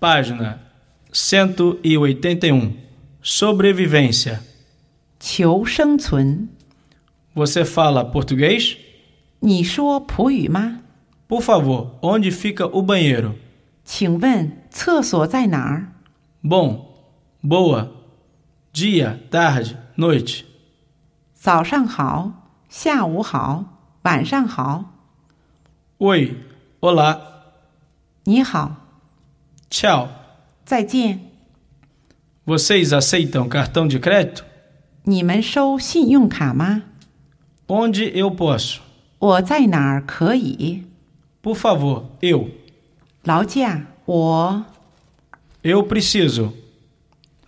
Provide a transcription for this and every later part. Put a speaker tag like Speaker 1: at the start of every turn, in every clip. Speaker 1: página 181. Sobrevivência.
Speaker 2: 求生存。
Speaker 1: Você fala português?
Speaker 2: 你说葡语吗？
Speaker 1: Por favor, onde fica o banheiro?
Speaker 2: 请问厕所在哪儿？
Speaker 1: Bom, boa, dia, tarde, noite.
Speaker 2: 早上好，下午好，晚上好。
Speaker 1: Oi, olá,
Speaker 2: 你好，
Speaker 1: tchau.
Speaker 2: 再见。
Speaker 1: Vocês aceitam cartão de crédito?
Speaker 2: 你们收信用卡吗？
Speaker 1: Onde eu posso?
Speaker 2: 我在哪儿可以？
Speaker 1: Por favor, eu.
Speaker 2: 劳驾，我
Speaker 1: Eu preciso.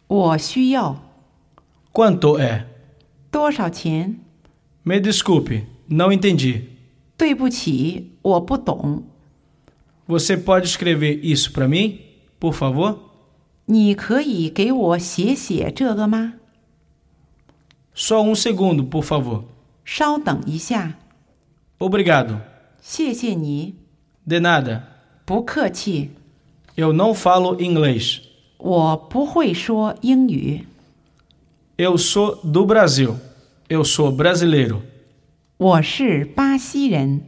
Speaker 2: 我需要
Speaker 1: Quanto é?
Speaker 2: 多少钱？
Speaker 1: Me desculpe, não entendi.
Speaker 2: 对不起，我不懂。
Speaker 1: Você pode escrever isso para mim, por favor?
Speaker 2: 你可以给我写写这个吗？
Speaker 1: Só um segundo, por favor.
Speaker 2: 稍等一下，
Speaker 1: Obrigado.
Speaker 2: 谢谢你，
Speaker 1: De nada.
Speaker 2: 不客气。
Speaker 1: Eu não falo inglês.
Speaker 2: 我不会说英语，
Speaker 1: Eu sou do Brasil. Eu sou brasileiro.
Speaker 2: 我是巴西人。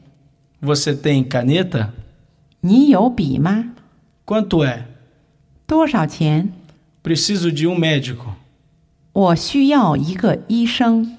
Speaker 1: Você tem caneta?
Speaker 2: 你有笔吗？
Speaker 1: Quanto é?
Speaker 2: 多少钱？
Speaker 1: Preciso de um médico.
Speaker 2: 我需要一个医生。